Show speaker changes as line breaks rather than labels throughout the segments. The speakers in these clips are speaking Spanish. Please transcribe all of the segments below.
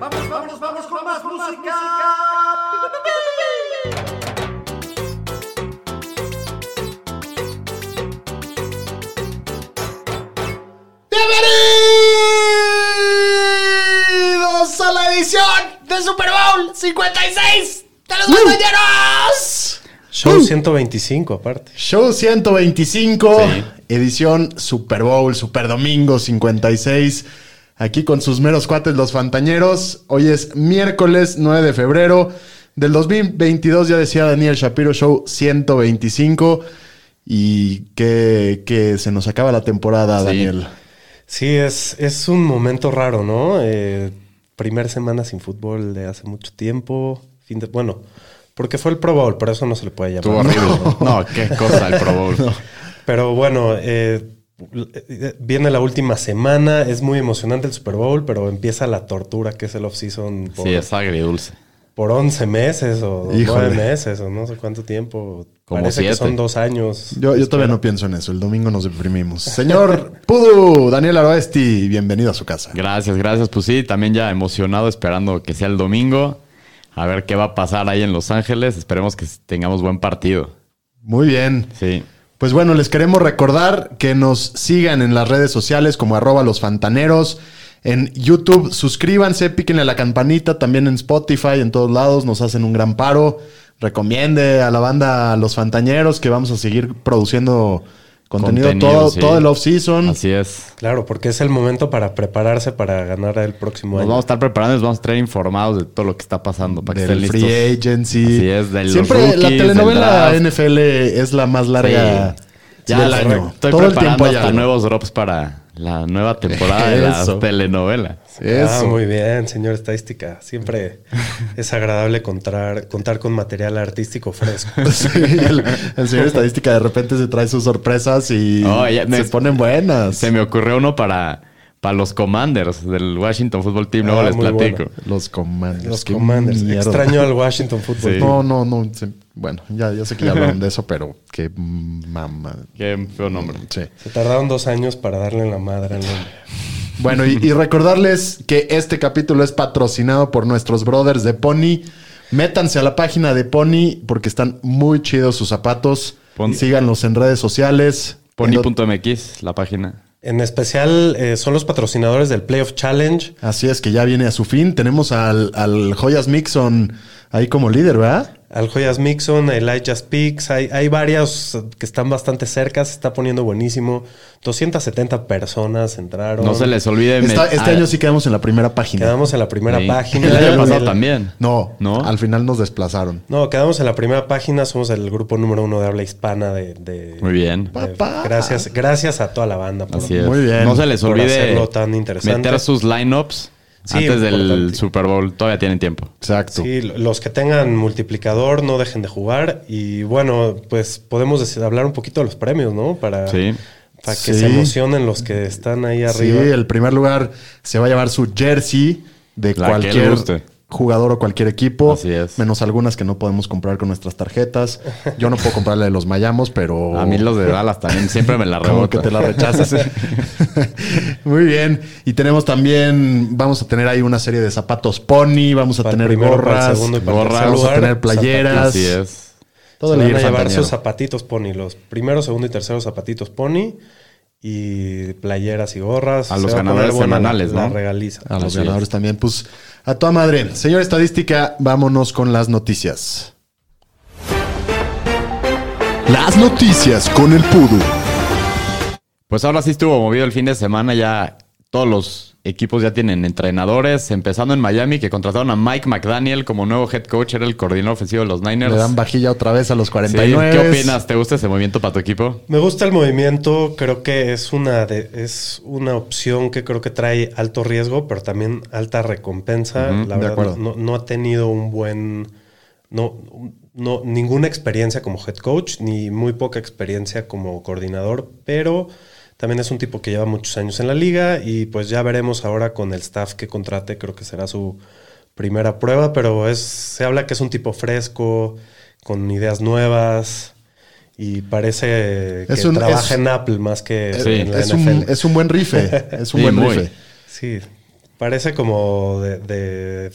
Vamos, vamos, vamos con más música.
Bienvenidos a la edición de Super Bowl 56 de los Bandoneros.
Show 125 aparte.
Show 125,
Sí.
edición Super Bowl, Super Domingo 56. Aquí con sus meros cuates, los Fantañeros. Hoy es miércoles 9 de febrero del 2022. Ya decía Daniel Shapiro, Show 125. Y que, que se nos acaba la temporada,
Sí.
Daniel.
Sí, es, es un momento raro, ¿no? Eh, primer semana sin fútbol de hace mucho tiempo. Fin de, bueno, porque fue el Pro Bowl, pero eso no se le puede llamar.
Estuvo horrible. No, qué cosa el Pro Bowl.
Pero bueno, eh, eh, viene la última semana. Es muy emocionante el Super Bowl, pero empieza la tortura que es el off-season por,
Sí, es agridulce.
por 11 meses o
Híjole.
9 meses o no sé cuánto tiempo.
Como
Parece que
siete.
son dos años.
Yo, yo todavía no pienso en eso. El domingo nos deprimimos. Señor Pudu, Daniel Aroesti, bienvenido a su casa.
Gracias, gracias. Pues sí, también ya emocionado, esperando que sea el domingo. A ver qué va a pasar ahí en Los Ángeles. Esperemos que tengamos buen partido.
Muy bien.
Sí.
Pues bueno, les queremos recordar que nos sigan en las redes sociales como arroba los fantaneros. En YouTube, suscríbanse, píquenle a la campanita, también en Spotify, en todos lados, nos hacen un gran paro. Recomiende a la banda Los Fantañeros que vamos a seguir produciendo contenido, todo,
sí.
todo el off-season.
Así es.
Claro, porque es el momento para prepararse para ganar el próximo
Nos
año.
vamos a estar preparando, nos vamos a estar informados de todo lo que está pasando para que
del free
estén listos.
agency.
Así es, de los
Siempre la
rookies,
telenovela
del draft.
NFL es la más larga
Sí. Ya
del
estoy-
año.
Estoy
Todo el
preparando
tiempo hay
hasta
algo.
nuevos drops para la nueva temporada de
Eso.
la telenovela.
Eso.
Ah, muy bien, señor estadística. Siempre es agradable contar, contar con material artístico fresco.
Sí, el, el señor estadística de repente se trae sus sorpresas y
Oh, ya me-
se ponen buenas.
Se me ocurrió uno para, para los Commanders del Washington Football Team. Luego
Ah,
les
muy bueno.
platico.
Los commanders.
Los
qué
Commanders.
mierda.
Extraño al Washington Football.
Sí.
No, no, no. se- bueno, ya, ya sé que ya hablaron de eso, pero qué mamá.
Qué feo nombre.
Sí.
Se tardaron dos años para darle la madre al hombre.
Bueno, y, y recordarles que este capítulo es patrocinado por nuestros brothers de Pony. Métanse a la página de Pony porque están muy chidos sus zapatos.
Pon-
Síganlos en redes sociales. En lo-
Pony.mx, la página.
En especial eh, son los patrocinadores del Playoff Challenge.
Así es que ya viene a su fin. Tenemos al, al Joyas Mixon ahí como líder, ¿verdad?
Al Joyas Mixon, a Elijah Speaks, hay, hay varios eh, que están bastante cerca, se está poniendo buenísimo. 270 personas entraron.
No se les olvide.
Esta-
met-
este
ah,
año sí quedamos en la primera página.
Quedamos en la primera
sí.
página.
El año
En
pasado
el-
también.
No,
¿No?
al final nos desplazaron.
No, quedamos en la primera página, somos el grupo número uno de habla hispana de... de-
Muy bien.
de-
Papá.
gracias, gracias a toda la banda. por-
Así es.
Muy bien.
No se les
Por
olvide
hacerlo tan interesante.
meter sus lineups
Sí,
antes del
importante.
Super Bowl. Todavía tienen tiempo.
Exacto.
Sí, los que tengan multiplicador no dejen de jugar y bueno, pues podemos decir- hablar un poquito de los premios, ¿no? Para,
Sí.
para que
Sí.
se emocionen los que están ahí
Sí,
arriba.
el primer lugar se va a llevar su jersey de
La que le
cualquier
guste.
jugador o cualquier equipo.
Así es.
Menos algunas que no podemos comprar con nuestras tarjetas. Yo no puedo comprar la de los Mayamos, pero.
A mí los de Dallas también siempre me la
Como que
rebotan.
te la rechazas. Muy bien. Y tenemos también, vamos a tener ahí una serie de zapatos pony, vamos a
Para el
tener
primero, para el
gorras,
segundo y para el
gorras,
tercer
vamos a
lugar,
tener playeras.
Así es.
Todo
se
el
van a
ir
llevar
fantañero.
sus zapatitos pony, los primeros, segundo y tercero zapatitos pony y playeras y gorras.
A los
va
ganadores
poner buena
semanales,
la,
¿no?
La regaliza.
A los
Así
ganadores también. Pues a toda madre. Señor Estadística, vámonos con las noticias.
Las noticias con el Pudu.
Pues ahora sí estuvo movido el fin de semana. Ya todos los equipos ya tienen entrenadores. Empezando en Miami, que contrataron a Mike McDaniel como nuevo head coach. Era el coordinador ofensivo de los Niners.
Le dan vajilla otra vez a los
Sí,
49.
¿Qué opinas? ¿Te gusta ese movimiento para tu equipo?
Me gusta el movimiento, creo que es una de- es una opción que creo que trae alto riesgo, pero también alta recompensa.
Ujú,
La
de
verdad,
acuerdo.
no, no ha tenido un buen, no, no, ninguna experiencia como head coach, ni muy poca experiencia como coordinador, pero También es un tipo que lleva muchos años en la liga y pues ya veremos ahora con el staff que contrate, creo que será su primera prueba, pero es, se habla que es un tipo fresco, con ideas nuevas y parece que
Es un-
trabaja
es-
en Apple más que
Sí.
en la
Es
NFL.
un, es un buen rife. Es un
Sí,
buen
muy.
rife.
Sí, parece como de, de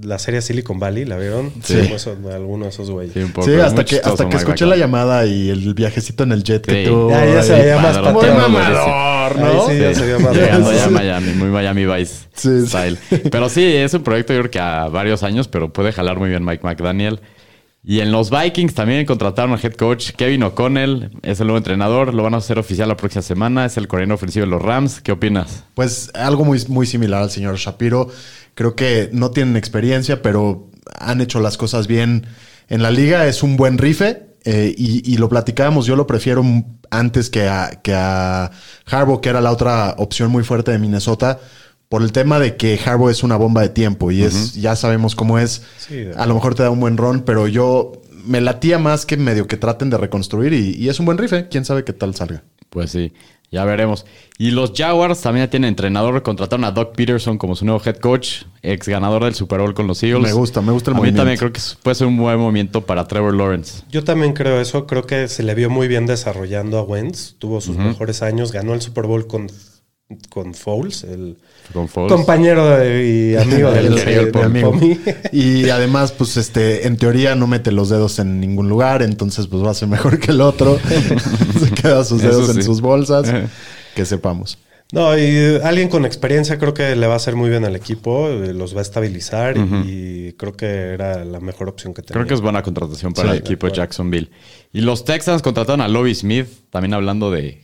la serie Silicon Valley, ¿la vieron?
Sí.
Como eso- alguno de esos güeyes.
Sí, un poco.
Sí,
Es
hasta
muy
que,
chistoso,
hasta que
Mike
escuché la
McDaniel.
llamada y el viajecito en el jet que
Sí.
tuvo.
Ya, Ah, ya se
ahí.
veía más
padrón,
Muy
Muy
pateado, güey.
mamador,
Ahí
¿no?
sí, ya se vio más
Llegando
real.
ya a Miami, muy Miami Vice
Sí, sí.
style. Pero sí, es un proyecto yo creo que a varios años, pero puede jalar muy bien Mike McDaniel. Y en los Vikings también contrataron al head coach Kevin O'Connell, es el nuevo entrenador, lo van a hacer oficial la próxima semana, es el coreano ofensivo de los Rams. ¿Qué opinas?
Pues algo muy, muy similar al señor Shapiro. Creo que no tienen experiencia, pero han hecho las cosas bien en la liga. Es un buen rife eh, y, y lo platicábamos. Yo lo prefiero m- antes que a, que a Harbaugh, que era la otra opción muy fuerte de Minnesota. Por el tema de que Harbaugh es una bomba de tiempo y es ya sabemos cómo es.
Sí.
a lo mejor te da un buen ron, pero yo me latía más que medio que traten de reconstruir y, y es un buen rife. Quién sabe qué tal salga.
Pues sí, ya veremos. Y los Jaguars también ya tienen entrenador, contrataron a Doc Peterson como su nuevo head coach, ex ganador del Super Bowl con los Eagles.
Me gusta, me gusta el
a
movimiento.
mí también creo que puede ser un buen movimiento para Trevor Lawrence.
Yo también creo eso. Creo que se le vio muy bien desarrollando a Wentz. Tuvo sus mejores años. Ganó el Super Bowl con, con Foles, el
Con Foles.
compañero de- y amigo del,
El
querido
del
mi amigo.
Pomi.
Y además, pues, este, en teoría no mete los dedos en ningún lugar, entonces pues va a ser mejor que el otro. Se queda sus dedos
Eso
en
sí.
sus bolsas. que sepamos.
No, y eh, alguien con experiencia creo que le va a hacer muy bien al equipo. eh, Los va a estabilizar y creo que era la mejor opción que tenía.
Creo que es buena contratación para
Sí,
el equipo de Jacksonville. Y los Texans contrataron a Lobby Smith, también hablando de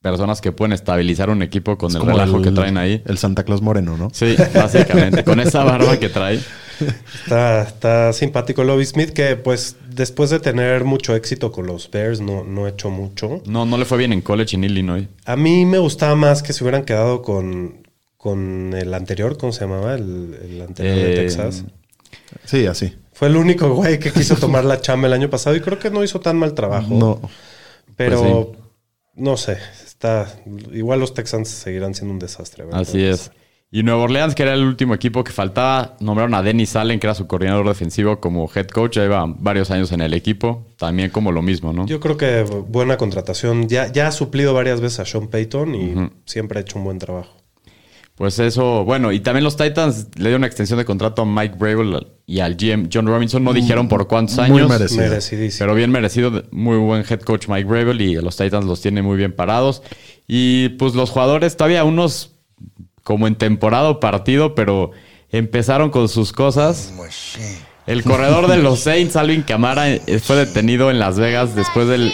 personas que pueden estabilizar un equipo con
Es
el
como
relajo
el-
que traen ahí.
El Santa Claus Moreno, ¿no?
Sí, básicamente, con esa barba que trae.
Está, está simpático Lobby Smith, que pues después de tener mucho éxito con los Bears, no, no ha hecho mucho.
No, no le fue bien en college en Illinois.
A mí me gustaba más que se hubieran quedado con, con el anterior, ¿cómo se llamaba? El, el anterior de
Eh,
Texas.
Sí, así.
Fue el único güey que quiso tomar la chamba el año pasado y creo que no hizo tan mal trabajo.
No.
Pero
Pues
no sé, está igual los Texans seguirán siendo un desastre. ¿verdad?
Así es. Y Nueva Orleans, que era el último equipo que faltaba, nombraron a Dennis Allen, que era su coordinador defensivo, como head coach. Ya Lleva varios años en el equipo, también como lo mismo, ¿no?
Yo creo que buena contratación. Ya, ya ha suplido varias veces a Sean Payton y siempre ha hecho un buen trabajo.
Pues eso, bueno, y también los Titans le dieron una extensión de contrato a Mike Bravel y al GM John Robinson. No dijeron por cuántos
Mm. muy
años.
merecido. Sí,
Merecidísimo.
Pero bien merecido, de- muy buen head coach Mike Bravel y los Titans los tiene muy bien parados. Y pues los jugadores todavía unos como en temporada o partido, pero empezaron con sus cosas. El corredor de los Saints, Alvin Camara, eh, fue detenido en Las Vegas después del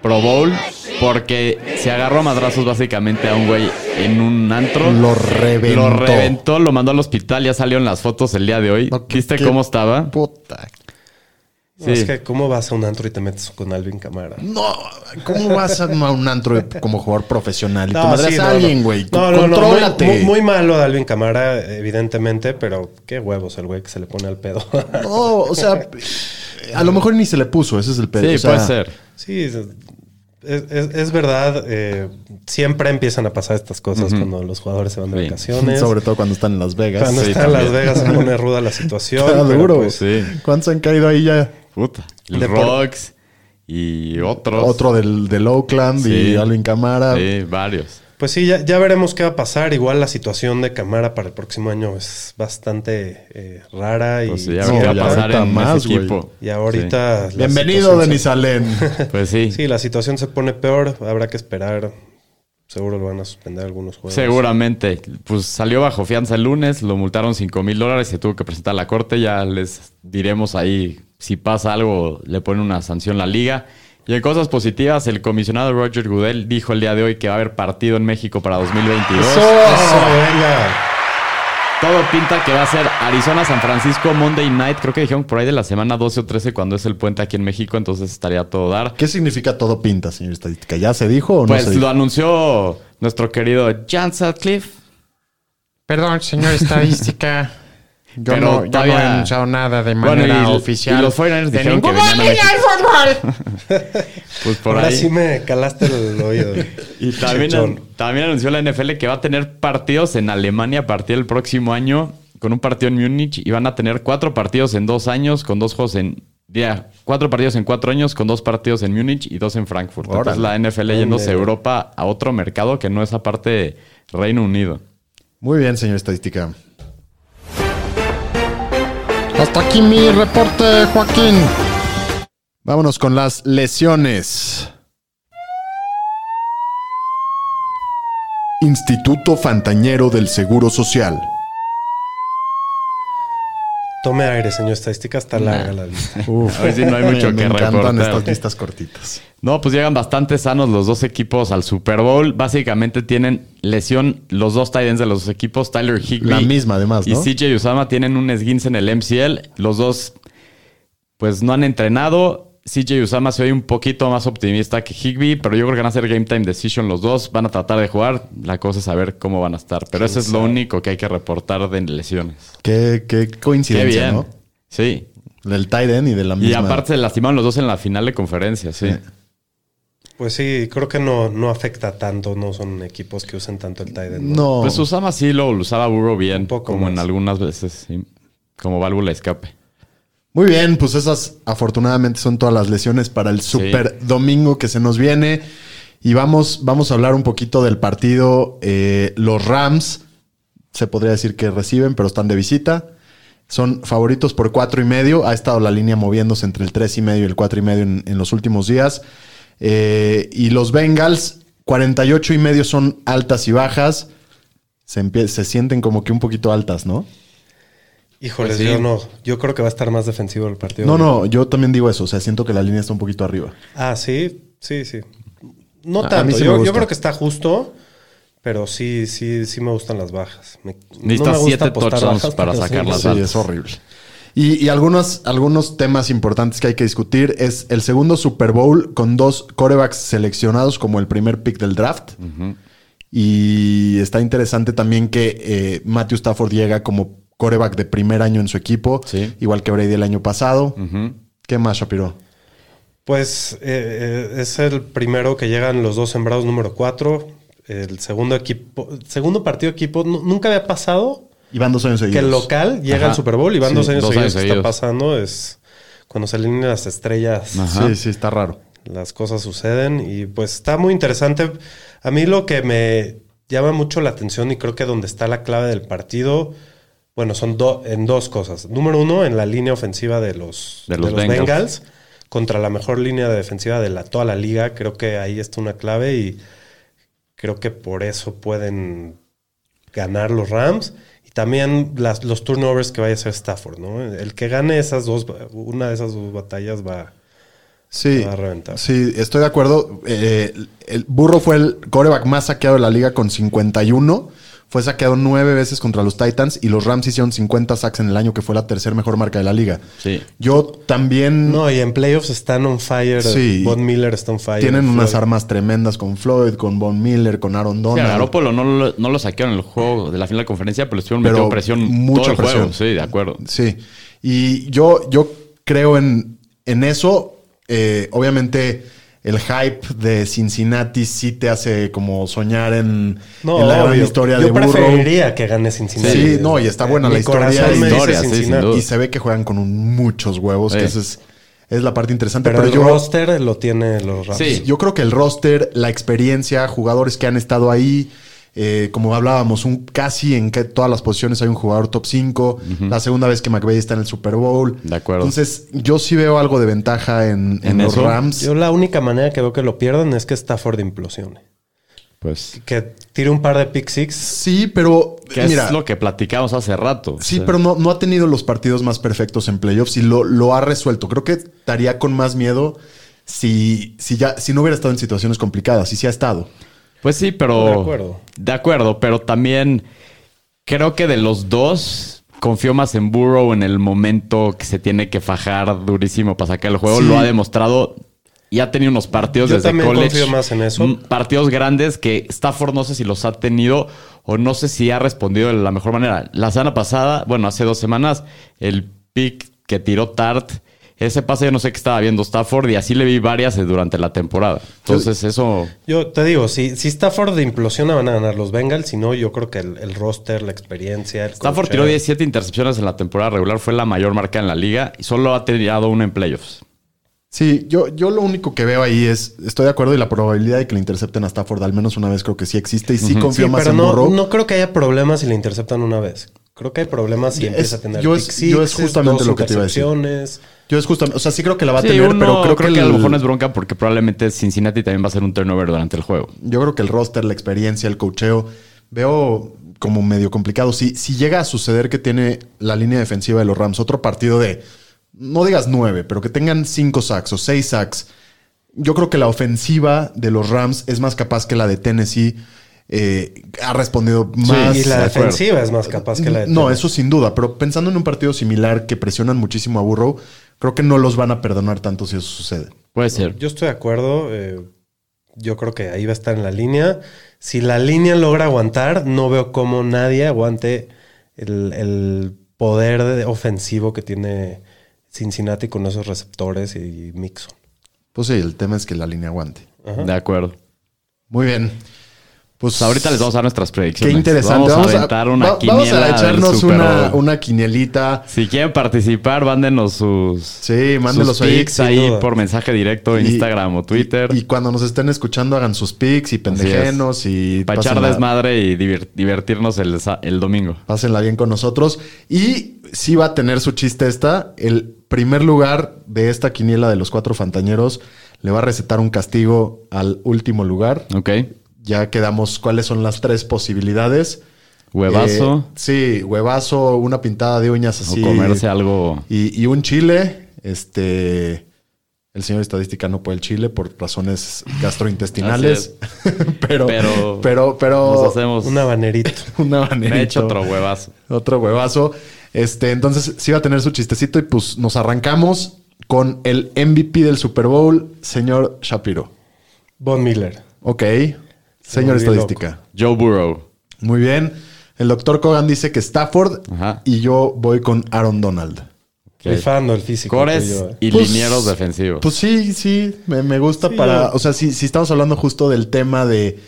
Pro Bowl porque se agarró a madrazos básicamente a un güey en un antro.
Lo reventó.
Lo reventó, lo mandó al hospital, ya salieron las fotos el día de hoy.
No,
¿Viste
qué
cómo estaba?
Puta.
No,
Sí.
Es que, ¿cómo vas a un antro y te metes con Alvin Camara?
No, ¿cómo vas a a un antro como jugador profesional? Y te
No,
madreas
sí,
a
no,
alguien,
no.
güey.
No, no, no,
Contrólate.
Muy, muy- muy malo de Alvin Camara, evidentemente, pero qué huevos el güey que se le pone al pedo.
No, o sea, a lo mejor ni se le puso, ese es el pedo.
Sí,
o sea,
puede ser.
sí, es, es- es- es verdad. eh, siempre empiezan a pasar estas cosas cuando los jugadores se van de
Sí.
vacaciones.
Sobre todo cuando están en Las Vegas.
cuando
Sí,
está en Las
también.
Vegas se pone ruda la situación.
Está
pero
duro.
pues,
sí.
¿Cuántos han caído ahí ya?
Puta. El
De por-
Rocks y otros.
Otro del, del Oakland
Sí.
y Alvin Camara.
Sí, varios.
Pues sí, ya, ya veremos qué va a pasar. Igual la situación de Camara para el próximo año es bastante eh, rara. Y,
Pues ya
Sí,
qué va a
ya
pasar
ahorita
en
más,
más,
güey.
equipo.
y ahorita... la
Bienvenido,
situación se-
Denis Alén.
Sí. Pues sí.
Sí, la situación se pone peor. Habrá que esperar. Seguro lo van a suspender algunos juegos.
Seguramente. Pues salió bajo fianza el lunes, lo multaron 5 mil dólares, se tuvo que presentar a la corte. Ya les diremos ahí si pasa algo, le ponen una sanción la liga. Y en cosas positivas, el comisionado Roger Goodell dijo el día de hoy que va a haber partido en México para 2022.
Eso, venga.
Todo pinta que va a ser Arizona, San Francisco, Monday Night. Creo que dijeron por ahí de la semana 12 o 13 cuando es el puente aquí en México, entonces estaría a todo dar.
¿Qué significa todo pinta, señor estadística? ¿Ya se dijo o no
Pues
se
lo
dijo?
anunció nuestro querido Jan Sutcliffe.
Perdón, señor estadística. Yo,
Pero
no, yo no he
todavía-
anunciado nada de
Bueno,
manera
y-
oficial.
y los 49ers
de
dijeron que
ninguna
venían a
liga de fútbol.
Pues por
Ahora
ahí.
sí me calaste el oído.
Y también,
Chichón.
también anunció la NFL que va a tener partidos en Alemania a partir del próximo año, con un partido en Múnich, y van a tener cuatro partidos en dos años, con dos juegos en. Ya, cuatro partidos en cuatro años, con dos partidos en Múnich y dos en Frankfurt. Entonces la NFL yéndose a
Ándale.
Europa a otro mercado que no es aparte de Reino Unido.
Muy bien, señor estadística.
Hasta aquí mi reporte, Joaquín.
Vámonos con las lesiones. Instituto Fantañero del Seguro Social.
Tome aire, señor estadística. Está larga la lista.
Hoy sí no hay mucho
me
que
encantan
reportar.
estas listas cortitas.
No, pues llegan bastante sanos los dos equipos al Super Bowl. Básicamente tienen lesión los dos tight ends de los dos equipos. Tyler Higbee.
La misma, además, ¿no?
Y CJ Usama tienen un esguince en el MCL. Los dos, pues no han entrenado. CJ Usama se oye un poquito más optimista que Higbee, pero yo creo que van a ser game time decision los dos. Van a tratar de jugar. La cosa es saber cómo van a estar. Pero eso es lo único que hay que reportar de lesiones.
Qué, qué
Qué
coincidencia,
bien.
¿no?
Sí.
Del tight end y de la
Y
misma. Eh,
aparte se lastimaron los dos en la final de conferencia, sí.
Pues sí, creo que no, no afecta tanto. No son equipos que usen tanto el tight end, ¿no?
No.
Pues Usama sí lo usaba Burrow bien,
Un poco
como en
más.
algunas veces, sí. como válvula de escape.
Muy bien, pues esas afortunadamente son todas las lesiones para el super domingo que se nos viene. Y vamos, vamos a hablar un poquito del partido. eh, los Rams, se podría decir que reciben, pero están de visita. Son favoritos por cuatro y medio. Ha estado la línea moviéndose entre el tres y medio y el cuatro y medio en, en los últimos días. Eh, y los Bengals, 48 y medio son altas y bajas. Se, empie- se sienten como que un poquito altas, ¿no?
Híjoles,
Pues sí.
yo no. Yo creo que va a estar más defensivo el partido.
No, no, yo también digo eso. O sea, siento que la línea está un poquito arriba.
Ah, sí, sí, sí. No
A- a mí
tanto.
sí me
yo, yo
gusta.
creo que está justo, pero sí, sí, sí me gustan las bajas. Me, no me
Necesitas
gusta
siete
apostar
touchdowns
bajas,
para
pero
sacar las
Sí,
altas.
es horrible. Y, y algunos, algunos temas importantes que hay que discutir es el segundo Super Bowl con dos corebacks seleccionados como el primer pick del draft. Y está interesante también que eh, Matthew Stafford llega como coreback de primer año en su equipo,
Sí.
igual que Brady el año pasado. ¿Qué más, Shapiro?
Pues eh, eh, es el primero que llegan los dos sembrados número 4. El segundo equipo, segundo partido equipo, nu- nunca había pasado
Y van dos años
que
seguidos.
el local llega
Ajá.
al Super Bowl y van
Sí,
dos años
dos años
seguidos. que está
seguidos.
pasando es cuando se alinean las estrellas,
Ajá.
Sí, sí, está raro.
las cosas suceden y pues está muy interesante. A mí lo que me llama mucho la atención y creo que donde está la clave del partido, bueno, son do- en dos cosas. Número uno, en la línea ofensiva de los,
De los Bengals.
contra la mejor línea defensiva de la, toda la liga. Creo que ahí está una clave y creo que por eso pueden ganar los Rams. Y también las- los turnovers que vaya a hacer Stafford, ¿no? El que gane esas dos, una de esas dos batallas va...
Sí,
Lo va a reventar.
sí, estoy de acuerdo. Eh, el Burro fue el coreback más saqueado de la liga con 51. Fue saqueado nueve veces contra los Titans y los Rams hicieron 50 sacks en el año, que fue la tercera mejor marca de la liga.
Sí.
Yo también.
No, y en playoffs están on fire.
Sí.
Von Miller está on fire.
tienen
Floyd.
unas armas tremendas con Floyd, con Von Miller, con Aaron
O sea,
Donald.
Garoppolo no lo, no lo saqueron en el juego de la final de conferencia, pero le estuvieron
Pero
metiendo presión
mucha
todo el
presión.
juego. Sí, de acuerdo.
Sí. Y yo, yo creo en, en eso. Eh, obviamente, el hype de Cincinnati sí te hace como soñar en,
No,
en la gran
obvio.
historia
Yo
de Burrow.
preferiría que gane Cincinnati.
Sí, no, y está buena
Eh,
la
mi
historia.
corazón me dice
Historia, sí, sin
Cincinnati.
duda.
Y se ve que juegan con un- muchos huevos, que
Sí.
esa es, es la parte interesante.
Pero,
Pero,
el
yo,
roster lo tiene los Rams.
Sí.
yo creo que el roster, la experiencia, jugadores que han estado ahí, eh, como hablábamos, un, casi en que todas las posiciones hay un jugador top 5. La segunda vez que McVeigh está en el Super Bowl.
De acuerdo.
Entonces, yo sí veo algo de ventaja en, en
¿En
los
eso?
Rams.
Yo la única manera que veo que lo pierdan es que Stafford implosione.
Pues,
Que tire un par de pick six.
Sí, pero
que
mira,
es lo que platicamos hace rato.
Sí, pero no, no ha tenido los partidos más perfectos en playoffs y lo, lo ha resuelto. Creo que estaría con más miedo si, si, ya, si no hubiera estado en situaciones complicadas. Y sí ha estado.
Pues sí, pero.
De acuerdo.
De acuerdo, pero también creo que de los dos confío más en Burrow en el momento que se tiene que fajar durísimo para sacar el juego.
Sí.
Lo ha demostrado y ha tenido unos partidos
Yo
desde
también
college.
confío más en eso.
mm, Partidos grandes que Stafford no sé si los ha tenido o no sé si ha respondido de la mejor manera. La semana pasada, bueno, hace dos semanas, el pick que tiró Tart, ese pase yo no sé qué estaba viendo Stafford y así le vi varias eh, durante la temporada. Entonces eso...
Yo te digo, si, si Stafford implosiona, van a ganar los Bengals. Si no, yo creo que el, el roster, la experiencia. el
Stafford
coacheo-
tiró 17 intercepciones en la temporada regular, fue la mayor marca en la liga y solo ha tirado una en playoffs.
Sí, yo, yo lo único que veo ahí es, estoy de acuerdo y la probabilidad de que le intercepten a Stafford al menos una vez creo que sí existe y sí confío
Sí,
más
pero
en
no,
Burrow.
no creo que haya problemas si le interceptan una vez. Creo que hay problemas si
Es-
empieza a tener
yo es-
pick
yo es
sixes,
justamente
dos
lo que te iba a decir.
intercepciones.
Yo es justamente, o sea, sí creo que la va a
Sí,
tener,
uno-
pero creo, que,
a
el-
lo mejor no es bronca porque probablemente Cincinnati también va a ser un turnover durante el juego.
yo creo que el roster, la experiencia, el cocheo, veo como medio complicado. Si, si llega a suceder que tiene la línea defensiva de los Rams, otro partido de, no digas nueve, pero que tengan cinco sacks o seis sacks, yo creo que la ofensiva de los Rams es más capaz que la de Tennessee. eh, ha respondido más.
y la
de acuerdo.
defensiva es más capaz que la de
No,
Tennessee.
eso sin duda, pero pensando en un partido similar que presionan muchísimo a Burrow, creo que no los van a perdonar tanto si eso sucede.
Puede ser.
Yo estoy de acuerdo. eh, yo creo que ahí va a estar en la línea. Si la línea logra aguantar, no veo cómo nadie aguante el, el poder de- ofensivo que tiene Cincinnati con esos receptores y Mixon.
Pues sí, el tema es que la línea aguante.
De acuerdo.
Muy bien. Pues
Pues ahorita les vamos a dar nuestras
Qué
predicciones.
interesante.
Vamos, a aventar una
va- vamos a
quiniela del
echarnos
Super
una,
Bowl.
una quinielita.
Si quieren participar, mándenos sus,
Sí, mándenos
sus
ahí,
pics
sin
ahí
duda.
por mensaje directo en
Y-
Instagram o Twitter.
Y, cuando nos estén escuchando, hagan sus pics y pendejenos y
para echar
pásenla-
desmadre y divir- divertirnos el, sa- el domingo.
Pásenla bien con nosotros. Y sí va a tener su chiste esta. El primer lugar de esta quiniela de los cuatro fantañeros le va a recetar un castigo al último lugar.
Ok.
Ya quedamos cuáles son las tres posibilidades.
Huevazo.
Eh, sí, huevazo, una pintada de uñas así.
o comerse algo.
Y, y un chile, este. El señor estadística no puede el chile por razones gastrointestinales. pero,
Pero-
pero, pero,
Nos hacemos.
Un habanerito.
una manera.
Me he hecho otro huevazo.
Otro huevazo. Este, entonces sí va a tener su chistecito y pues nos arrancamos con el MVP del Super Bowl, señor Shapiro.
Von Miller.
Ok. Señor
volví
estadística.
Joe Burrow.
Muy bien. El doctor Cogan dice que Stafford
Ajá.
y yo voy con Aaron Donald.
Ok.
Rifando el físico.
Cores
tuyo, eh.
y
Pues,
linieros defensivos.
Pues sí, sí, me, me gusta
Sí,
para...
yo-
O sea, si, si estamos hablando justo del tema de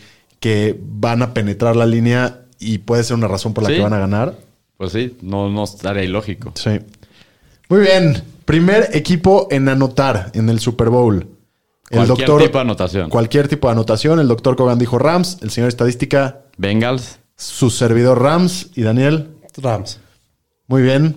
que van a penetrar la línea y puede ser una razón por la
Sí.
que van a ganar.
Pues sí, no, no estaría ilógico.
Sí. Muy bien. Primer equipo en anotar en el Super Bowl. El
Cualquier
doctor...
tipo de anotación.
Cualquier tipo de anotación. El doctor Cogan dijo Rams. El señor estadística,
Bengals.
su servidor Rams. Y Daniel...
Rams.
Muy bien.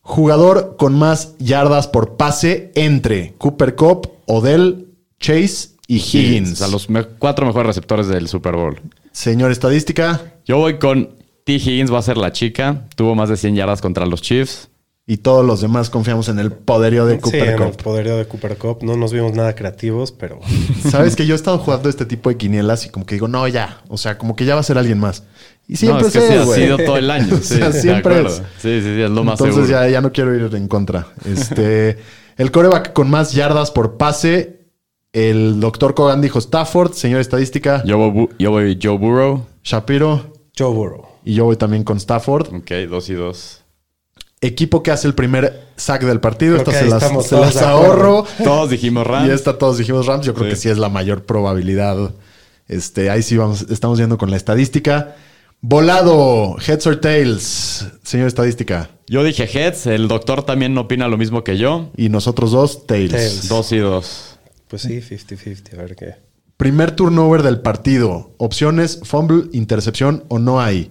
Jugador con más yardas por pase entre Cooper Cup, Odell, Chase y
Higgins.
Higgins.
A los me- cuatro mejores receptores del Super Bowl.
Señor estadística
Yo voy con T. Higgins, va a ser la chica. Tuvo más de 100 yardas contra los Chiefs.
y todos los demás confiamos en el poderío de
Sí,
Cooper
en el
Cup.
poderío de Cooper Cup. No nos vimos nada creativos, pero
Sabes que yo he estado jugando este tipo de quinielas y como que digo, no, ya. O sea, como que ya va a ser alguien más. Y siempre
no, es que sí,
es,
ha
güey.
sido todo el año.
O
Sí,
sea,
de
siempre
acuerdo.
es.
Sí, sí, sí, es lo más
Entonces
seguro.
ya, ya no quiero ir en contra. Este, el coreback con más yardas por pase. El doctor Kogan dijo Stafford, señor estadística,
Yo, voy, Bu- yo voy Joe Burrow.
Shapiro.
Joe Burrow.
Y yo voy también con Stafford.
Ok, dos y dos.
Equipo que hace el primer sack del partido.
Creo
Estas
que
se
ahí
las,
estamos
se
todos
las
de acuerdo.
ahorro.
Todos dijimos Rams.
Y esta todos dijimos Rams. Yo creo
Sí.
que sí es la mayor probabilidad. Este, ahí sí vamos, estamos yendo con la estadística. Volado, heads or tails, señor estadística.
Yo dije Heads. El doctor también opina lo mismo que yo.
Y nosotros dos, tails.
Tails.
Dos y dos.
Pues sí, 50-50. A ver qué.
Primer turnover del partido. Opciones, fumble, intercepción o no hay.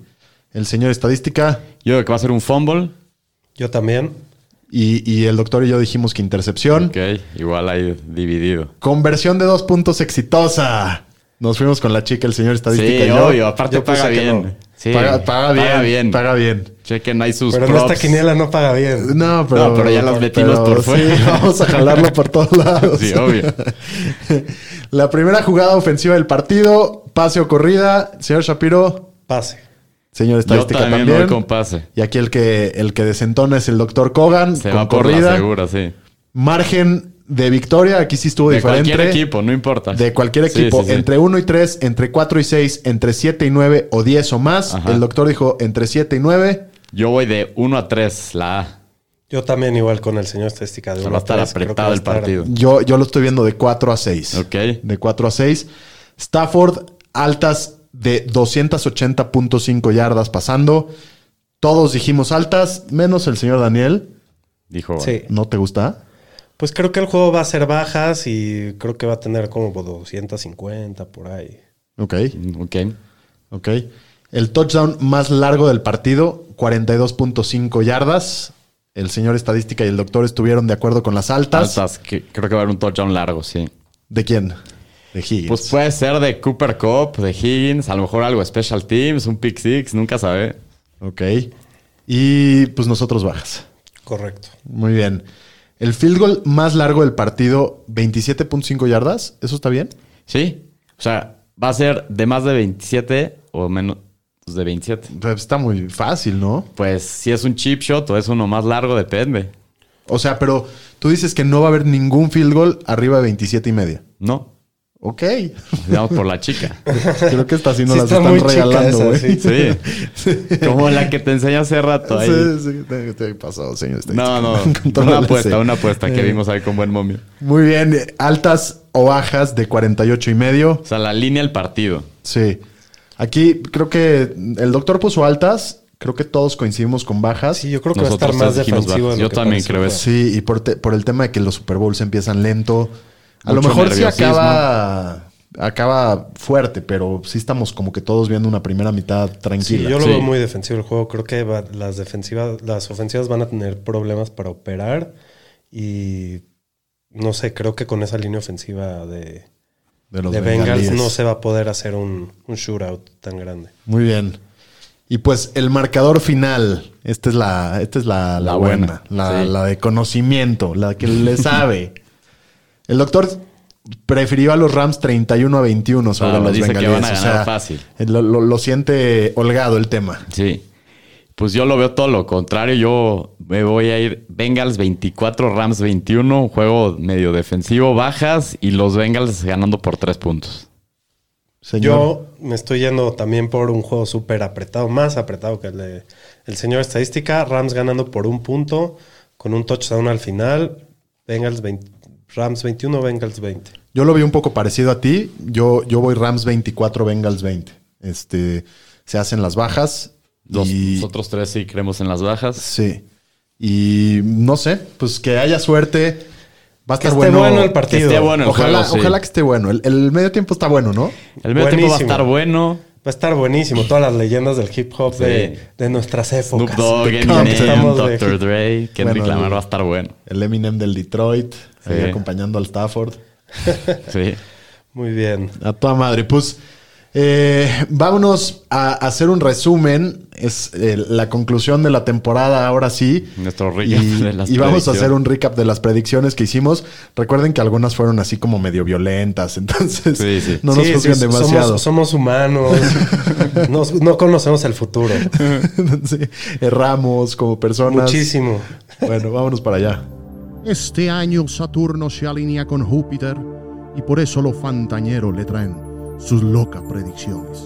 El señor estadística
Yo creo que va a ser un fumble.
Yo también.
y, y el doctor y yo dijimos que intercepción.
Ok, igual ahí dividido.
Conversión de dos puntos exitosa. Nos fuimos con la chica, el señor estadística.
Sí,
y yo.
obvio. Aparte
yo puse
paga
que
bien.
no.
Sí,
Paga, paga bien, paga bien.
Chequen ahí sus
Pero en
props.
esta quiniela no paga bien.
No, pero,
No, pero ya las metimos
pero
por fuera.
sí, vamos a jalarlo por todos lados.
Sí, obvio.
La primera jugada ofensiva del partido, pase o corrida. Señor Shapiro,
Pase.
señor
Yo
estadística
también,
también.
voy con pase.
Y aquí el que, el que desentona es el doctor Kogan
Se
con
va por la
corrida.
segura, sí.
Margen de victoria, aquí sí estuvo
De
diferente.
cualquier equipo, no importa.
De cualquier
Sí,
equipo,
sí, sí.
entre 1 y 3, entre 4 y 6, entre 7 y 9 o 10 o más.
Ajá.
El doctor dijo entre 7 y 9.
Yo voy de 1 a 3, la A.
Yo también igual con el señor estadística de
O sea,
uno
va a estar
tres, creo que
apretado
va a
el
estar-
partido.
Yo, yo lo estoy viendo de 4 a 6.
Ok.
De 4 a 6. Stafford, altas de 280.5 yardas pasando. Todos dijimos altas, menos el señor Daniel.
Dijo.
Sí.
¿No te gusta?
Pues creo que el juego va a ser bajas y creo que va a tener como 250 por ahí.
Ok,
Ok.
ok. El touchdown más largo del partido, 42.5 yardas. El señor estadística y el doctor estuvieron de acuerdo con las altas.
Altas, que- creo que va a haber un touchdown largo, sí.
¿De quién? De Higgins.
Pues puede ser de Cooper Cup, de Higgins, a lo mejor algo Special Teams, un pick six, nunca sabe.
Ok. Y pues nosotros bajas.
Correcto.
Muy bien. El field goal más largo del partido, 27.5 yardas. ¿Eso está bien?
Sí. O sea, va a ser de más de 27 o menos de 27.
Pues, Está muy fácil, ¿no?
Pues si es un chip shot o es uno más largo, depende.
O sea, pero tú dices que no va a haber ningún field goal arriba de 27 y media.
No.
Ok.
Vamos por la chica.
Creo que esta sí nos
Sí,
las
está
están
muy chica
regalando,
esa,
güey.
sí.
Sí. Como la que te enseñé hace rato ahí.
Sí, sí, te- te he pasado, señor.
No, no. Una
Contrólale, sí.
apuesta, una apuesta
Eh.
que vimos ahí con buen momio.
Muy bien. eh, Altas o bajas de 48 y medio.
O sea, la línea del partido.
Sí. Aquí creo que el doctor puso altas. Creo que todos coincidimos con bajas.
Sí, yo creo que va a
Nosotros
estar más
tres dijimos
defensivo.
bajas.
de lo
Yo
que
también
parece.
creo eso.
Sí, y por, te- por el tema de que los Super Bowls empiezan lento. A lo
Mucho
mejor sí
nerviosismo.
acaba, acaba fuerte, pero sí estamos como que todos viendo una primera mitad
Sí,
tranquila.
yo lo
Sí.
veo muy defensivo el juego. Creo que va- las defensivas, las ofensivas van a tener problemas para operar y no sé, creo que con esa línea ofensiva de,
de los
de Bengals
bengalíes.
no se va a poder hacer un, un shootout tan grande.
Muy bien. Y pues el marcador final. Esta es la, esta es la, la
La
buena.
buena,
La,
sí.
la de conocimiento, la que le sabe. el doctor prefirió a los Rams 31 a 21 sobre
Claro,
los
dice que
bengalíes. eh,
van a ganar fácil.
Lo, lo- lo siente holgado el tema.
Sí. Pues yo lo veo todo lo contrario. Yo me voy a ir Bengals 24, Rams 21. Un juego medio defensivo, bajas y los Bengals ganando por tres puntos.
Señor.
Yo me estoy yendo también por un juego súper apretado, más apretado que el de el señor estadística. Rams ganando por un punto con un touchdown al final. Bengals 20 Rams 21, Bengals 20.
Yo lo vi un poco parecido a ti. Yo, yo voy Rams 24, Bengals 20. Este, se hacen las bajas.
Los,
y,
Nosotros tres sí creemos en las bajas.
sí. Y no sé, pues que haya suerte. Va a
Que
estar
esté
bueno.
bueno el partido.
Que esté bueno el
ojalá,
juego, sí.
ojalá que esté bueno. El, el medio tiempo está bueno, ¿no?
El medio tiempo va a
Buenísimo.
estar bueno.
Va a estar buenísimo. Todas las leyendas del hip hop de, de nuestras
Snoop
épocas.
Dogg,
De
Eminem,
estamos de
Dr. Dre, Kendrick
Bueno,
Lamar
el-
va a estar bueno.
El Eminem del Detroit, ahí
Sí.
acompañando al Stafford.
Sí.
hip- Muy bien.
A toda madre. Pues eh, vámonos a hacer un resumen. Es eh, la conclusión de la temporada ahora sí.
Nuestro recap
y,
de las
y vamos a
predicciones.
hacer un recap de las predicciones que hicimos. Recuerden que algunas fueron así como medio violentas. Entonces
Sí, sí.
no nos
Sí,
juzguen
sí, somos-
demasiado.
Somos, humanos. Nos- no conocemos el futuro.
Sí, Erramos como personas.
Muchísimo.
Bueno, vámonos para allá.
Este año Saturno se alinea con Júpiter y por eso los fantañeros le traen sus locas predicciones.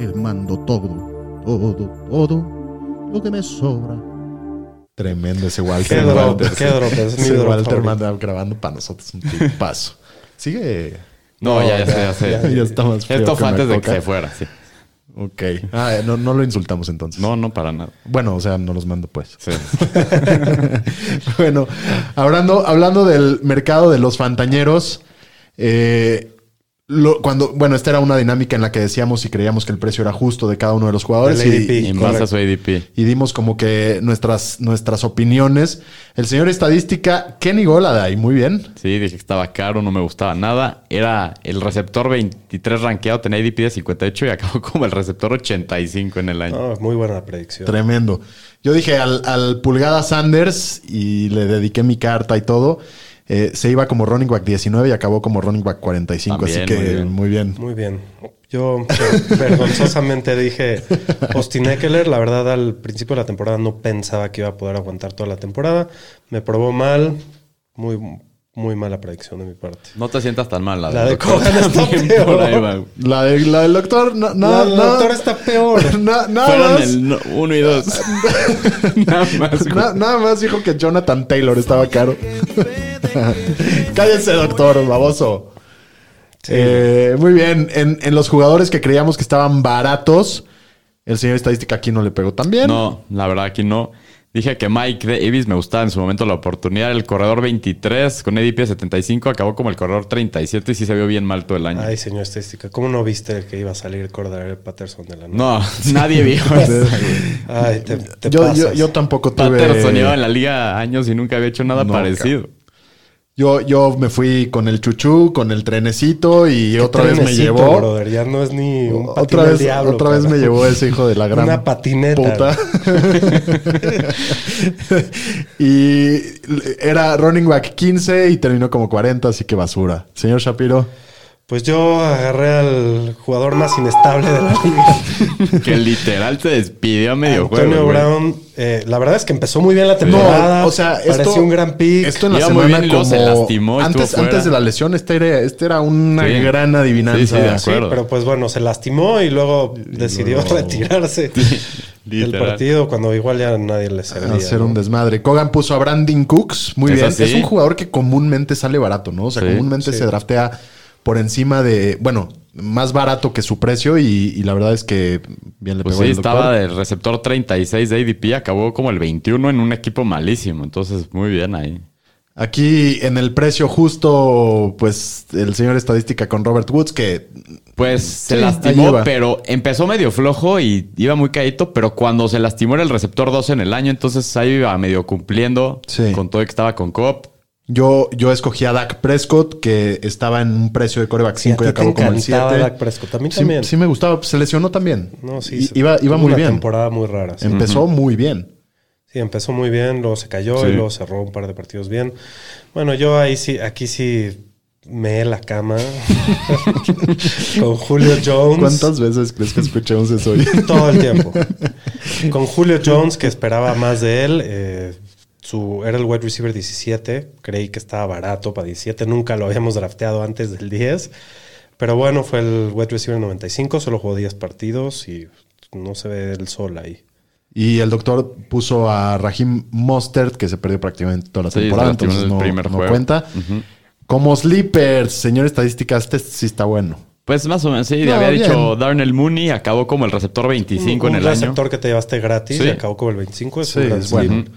Les mando todo, todo, todo lo que me sobra.
Tremendo ese Walter.
Qué drop,
Mandau.
qué drop, es mi
Ese
drop
Walter
favorito.
Mandau grabando para nosotros un tipazo. Sigue.
No, ya, ya, sé, ya, sé.
ya, ya está más frío
Esto fue
que una
antes de que
coca.
se fuera. sí.
Ok. Ah, no, no lo insultamos entonces.
No, no, para nada.
Bueno, o sea, no los mando pues.
Sí.
bueno, hablando, hablando del mercado de los fantañeros, eh, lo- cuando, bueno, esta era una dinámica en la que decíamos y creíamos que el precio era justo de cada uno de los jugadores.
Del
y-
ADP.
En base a su ADP.
y dimos como que nuestras, nuestras opiniones. El señor estadística, Kenny Goladay, muy bien.
Sí, dije que estaba caro, no me gustaba nada. Era el receptor 23 rankeado, tenía IDP de 58 y acabó como el receptor 85 en el año.
No, Ah, muy buena predicción.
Tremendo. Yo dije al, al Pulgada Sanders y le dediqué mi carta y todo. eh, se iba como running back 19 y acabó como running back 45. así
También,
que
muy bien.
muy bien.
Muy bien. Yo ver- vergonzosamente dije Austin Eckler. La verdad, al principio de la temporada no pensaba que iba a poder aguantar toda la temporada. Me probó mal. Muy muy mala predicción de mi parte.
No te sientas tan mal, la,
La de
doctor.
Cogan está
También
peor.
por ahí va, güey.
La, de- la del doctor, no, no,
La del
no.
doctor está peor.
Na- nada
Fueron
más.
el no- uno y dos. Nada más. güey.
na- nada más dijo que Jonathan Taylor estaba caro. Cállese, doctor, baboso. Eh, muy bien. En, en los jugadores que creíamos que estaban baratos, el señor estadística aquí no le pegó tan bien.
No, la verdad que no. Dije que Mike Davis me gustaba en su momento la oportunidad. El corredor 23 con EDP 75 acabó como el corredor 37 y sí se vio bien mal todo el año.
Ay, señor estadística, ¿cómo no viste que iba a salir Cordero Patterson de la nada?
No, nadie vio
Pues,
eso.
Ay, te, te
Pues, yo, yo,
pasas.
yo tampoco tuve.
Patterson llevaba en la liga años y nunca había hecho nada
No,
parecido.
Yo, yo me fui con el chuchú, con el trenecito y
Qué
otra vez me
trenecito,
llevó.
brother, ya no es ni un patín
Otra
del
vez,
diablo,
otra vez me
cabrón.
llevó ese hijo de la gran
Una patineta.
puta. y era running back 15 y terminó como 40, así que basura. Señor Shapiro,
Pues yo agarré al jugador más inestable de la liga.
Que literal se despidió a medio
Antonio
juego. güey.
Brown, eh, la verdad es que empezó muy bien la temporada.
o sea, esto-
parecía un gran pick.
esto en la
Iba muy
semana
bien y
como
luego se lastimó, estuvo
antes,
fuera.
antes de la lesión, este era, este era una
Sí.
gran adivinanza.
Sí, sí, de
Sí,
acuerdo.
pero pues bueno, se lastimó y luego decidió retirarse del
literal.
partido cuando igual ya nadie le servía.
hacer
¿no?
un desmadre. Cogan puso a Brandon Cooks. Muy
Es
bien.
así.
Es un jugador que comúnmente sale barato, ¿no? O sea,
Sí,
comúnmente se draftea por encima de, bueno, más barato que su precio y, y la verdad es que bien le
Pues
pegó
sí,
el doctor.
estaba del receptor 36 de ADP, acabó como el 21 en un equipo malísimo. Entonces, muy bien ahí.
Aquí en el precio justo, pues el señor estadística con Robert Woods, que
Pues se
Sí, ahí
lastimó,
va.
pero empezó medio flojo y iba muy caído, pero cuando se lastimó era el receptor 12 en el año, entonces ahí iba medio cumpliendo
Sí.
con todo que estaba con Cop.
yo, yo escogí a Dak Prescott, que estaba en un precio de coreback
Sí, a
5 y
ti te
acabó como el 7.
encantaba Dak Prescott. A mí
sí,
también.
sí me gustaba, pues, se lesionó también.
No, sí,
I-
se-
iba iba
tuvo
muy
una
bien.
temporada muy rara. sí.
Empezó muy bien.
Sí, empezó muy bien, luego se cayó
Sí.
y luego cerró un par de partidos bien. Bueno, yo ahí sí, aquí sí me la cama con Julio Jones.
¿Cuántas veces crees que escuchamos eso hoy?
Todo el tiempo. Con Julio Jones, que esperaba más de él. eh, su, era el wide receiver 17. Creí que estaba barato para 17. Nunca lo habíamos drafteado antes del 10. Pero bueno, fue el wide receiver 95. Solo jugó 10 partidos y no se ve el sol ahí.
Y el doctor puso a Rahim Mostert, que se perdió prácticamente toda la
Sí,
temporada,
se lastimó
entonces
en el
no,
primer
no
juego.
cuenta. Como Sleepers, señor estadística, este sí está bueno.
Pues más o menos, sí,
No,
había
bien.
dicho Darnell Mooney, acabó como el receptor 25
un
en el
receptor que te llevaste gratis
Sí.
y acabó con el 25. Es
Sí,
un gran
es bueno.
sleeper.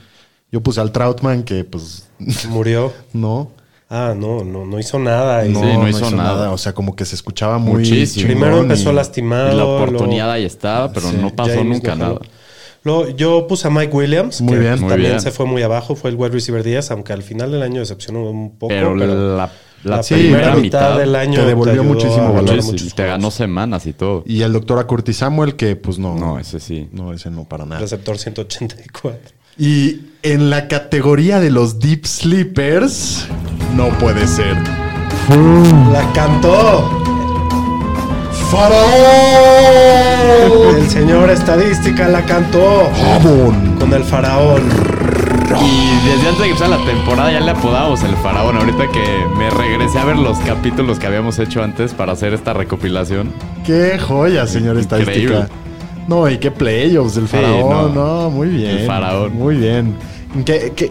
Yo puse al Troutman, que pues
Murió.
no.
Ah, no, no, no hizo nada. y-
No,
Sí, no
no
hizo
hizo
nada.
nada. O sea, como que se escuchaba muy
Muchísimo.
chingón
Primero empezó
y-
año.
lastimado.
Y la
luego-
oportunidad ahí estaba, pero no pasó
James
nunca
no jaló.
nada.
Luego, yo puse a Mike Williams,
Muy
que
bien.
Muy
también
bien.
se fue muy abajo, fue el wide receiver 10, aunque al final del año decepcionó un poco.
Pero, la, la
la
sí,
primera
primera
claro.
mitad,
mitad del año
te devolvió
ayudó
muchísimo
a
valor.
ganar
muchísimo,
muchos
te ganó
juegos.
semanas y todo.
Y el doctor a Curtis Samuel, que pues no.
No, ese sí.
No, ese no para nada.
Receptor 184.
Y en la categoría de los Deep Sleepers, no puede ser.
¡La cantó!
¡Faraón!
El señor estadística la cantó
¡Faraón!
con el faraón.
Y desde antes de que empezara la temporada ya le apodábamos el faraón. Ahorita que me regresé a ver los capítulos que habíamos hecho antes para hacer esta recopilación.
¡Qué joya, señor
Increíble.
estadística! No, y qué playoffs del
Sí,
faraón.
no.
no. muy bien.
El faraón.
Muy bien. ¿Qué, qué-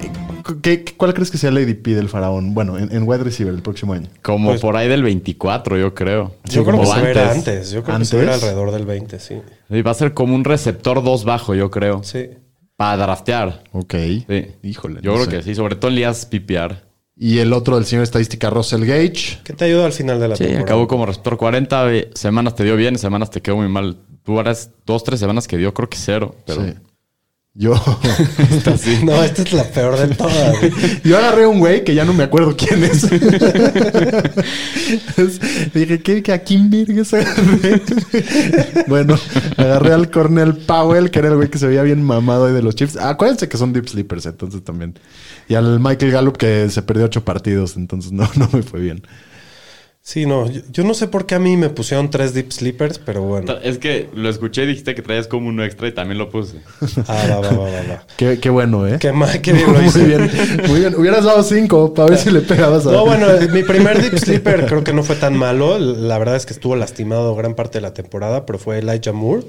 qué- cuál crees que sea el ADP del faraón? Bueno, en, en wide receiver el próximo año.
Como
Pues-
por ahí del 24, yo creo.
Yo creo que
O
se verá antes. Yo creo que se verá
¿Antes?
alrededor del 20, sí.
Sí, va a ser como un receptor 2 bajo, yo creo.
Sí.
Para draftear.
Ok.
Sí.
Híjole.
Yo
no
creo
sé.
que sí, sobre todo en ligas PPR.
Y el otro del señor estadística, Russell Gage.
¿Qué te ayudó al final de la
Sí,
temporada?
acabó como receptor 40. eh, Semanas te dio bien, semanas te quedó muy mal. Tú eras dos, tres semanas que dio, creo que cero. Pero
Sí. Yo,
No, esta es la peor de todas. güey.
yo agarré un güey que ya no me acuerdo quién es. Es- Dije, ¿qué, que ¿a quién virgues agarré? bueno, agarré al Cornel Powell, que era el güey que se veía bien mamado ahí de los Chiefs. Acuérdense que son deep sleepers, entonces también. Y al Michael Gallup, que se perdió ocho partidos, entonces no, no me fue bien.
Sí, no, yo, yo no sé por qué a mí me pusieron tres deep sleepers, pero bueno.
Es que lo escuché y dijiste que traías como uno extra y también lo puse.
Ah, va, va, va, va, va.
Qué, qué bueno, ¿eh?
Qué mal, qué bien lo hice.
Muy bien, muy bien. Hubieras dado cinco para ver si le pegabas a...
No, bueno, eh, mi primer deep sleeper creo que no fue tan malo. La verdad es que estuvo lastimado gran parte de la temporada, pero fue Elijah Moore,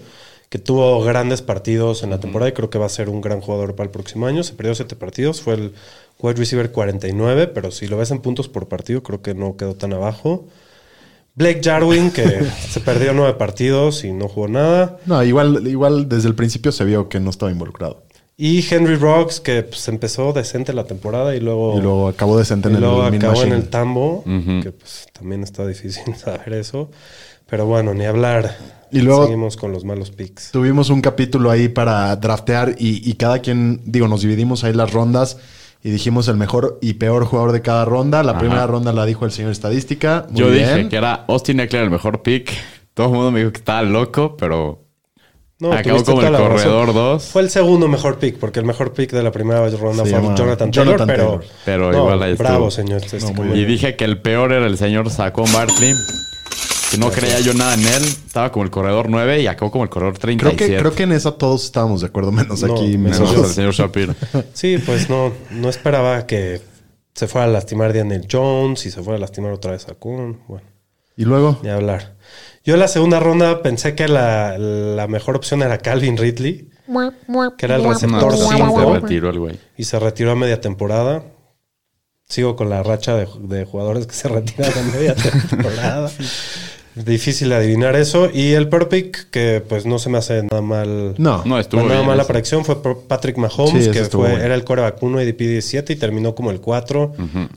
que tuvo grandes partidos en la temporada y creo que va a ser un gran jugador para el próximo año. Se perdió siete partidos, fue el wide receiver 49, pero si lo ves en puntos por partido, creo que no quedó tan abajo. Blake Jarwin, que se perdió nueve partidos y no jugó nada.
No, igual, igual desde el principio se vio que no estaba involucrado.
Y Henry Rocks, que pues, empezó decente la temporada y luego...
Y luego acabó decente
Oh. Y
en el
luego
Mean
acabó en
Machine.
el tambo,
Ujú.
que pues también está difícil saber eso. Pero bueno, ni hablar.
Y luego-
seguimos con los malos picks.
Tuvimos un capítulo ahí para draftear y, y cada quien, digo, nos dividimos ahí las rondas y dijimos el mejor y peor jugador de cada ronda. La
Ajá.
primera ronda la dijo el señor estadística. Muy
Yo
bien.
dije que era Austin Eckler el mejor pick. Todo el mundo me dijo que estaba loco, pero
No,
acabó
tuviste
como
toda
el
la razón.
corredor 2.
Fue el segundo mejor pick, porque el mejor pick de la primera ronda
Se
fue
llama
Jonathan Taylor,
Jonathan
pero,
Taylor.
Pero
no,
igual ahí estuvo.
Bravo, señor. este estadística.
muy
Y dije que el peor era el señor Sacón Bartley. Que no creía yo nada en él. Estaba como el corredor 9 y acabó como el corredor
Creo
37.
que, creo que en esa todos estábamos de acuerdo, menos
No,
aquí.
menos
Menos
nosotros.
el señor Shapiro.
Sí, pues no, no esperaba que se fuera a lastimar Daniel Jones y se fuera a lastimar otra vez a Kuhn. Bueno.
Y luego,
Ni hablar. Yo en la segunda ronda pensé que la, la mejor opción era Calvin Ridley
Que
era el
Pues
No,
receptor
sí,
cinco.
se retiró el güey.
y se retiró a media temporada. Sigo con la racha de, de jugadores que se retiran a media temporada. Difícil adivinar eso. Y el per pick, que pues no se me hace nada mal.
no.
No, estuvo
nada
bien.
mala
ese.
predicción fue por Patrick
Sí,
Mahomes,
ese
que
estuvo
fue,
bueno.
era el core vacuno ADP 17 y terminó como el 4.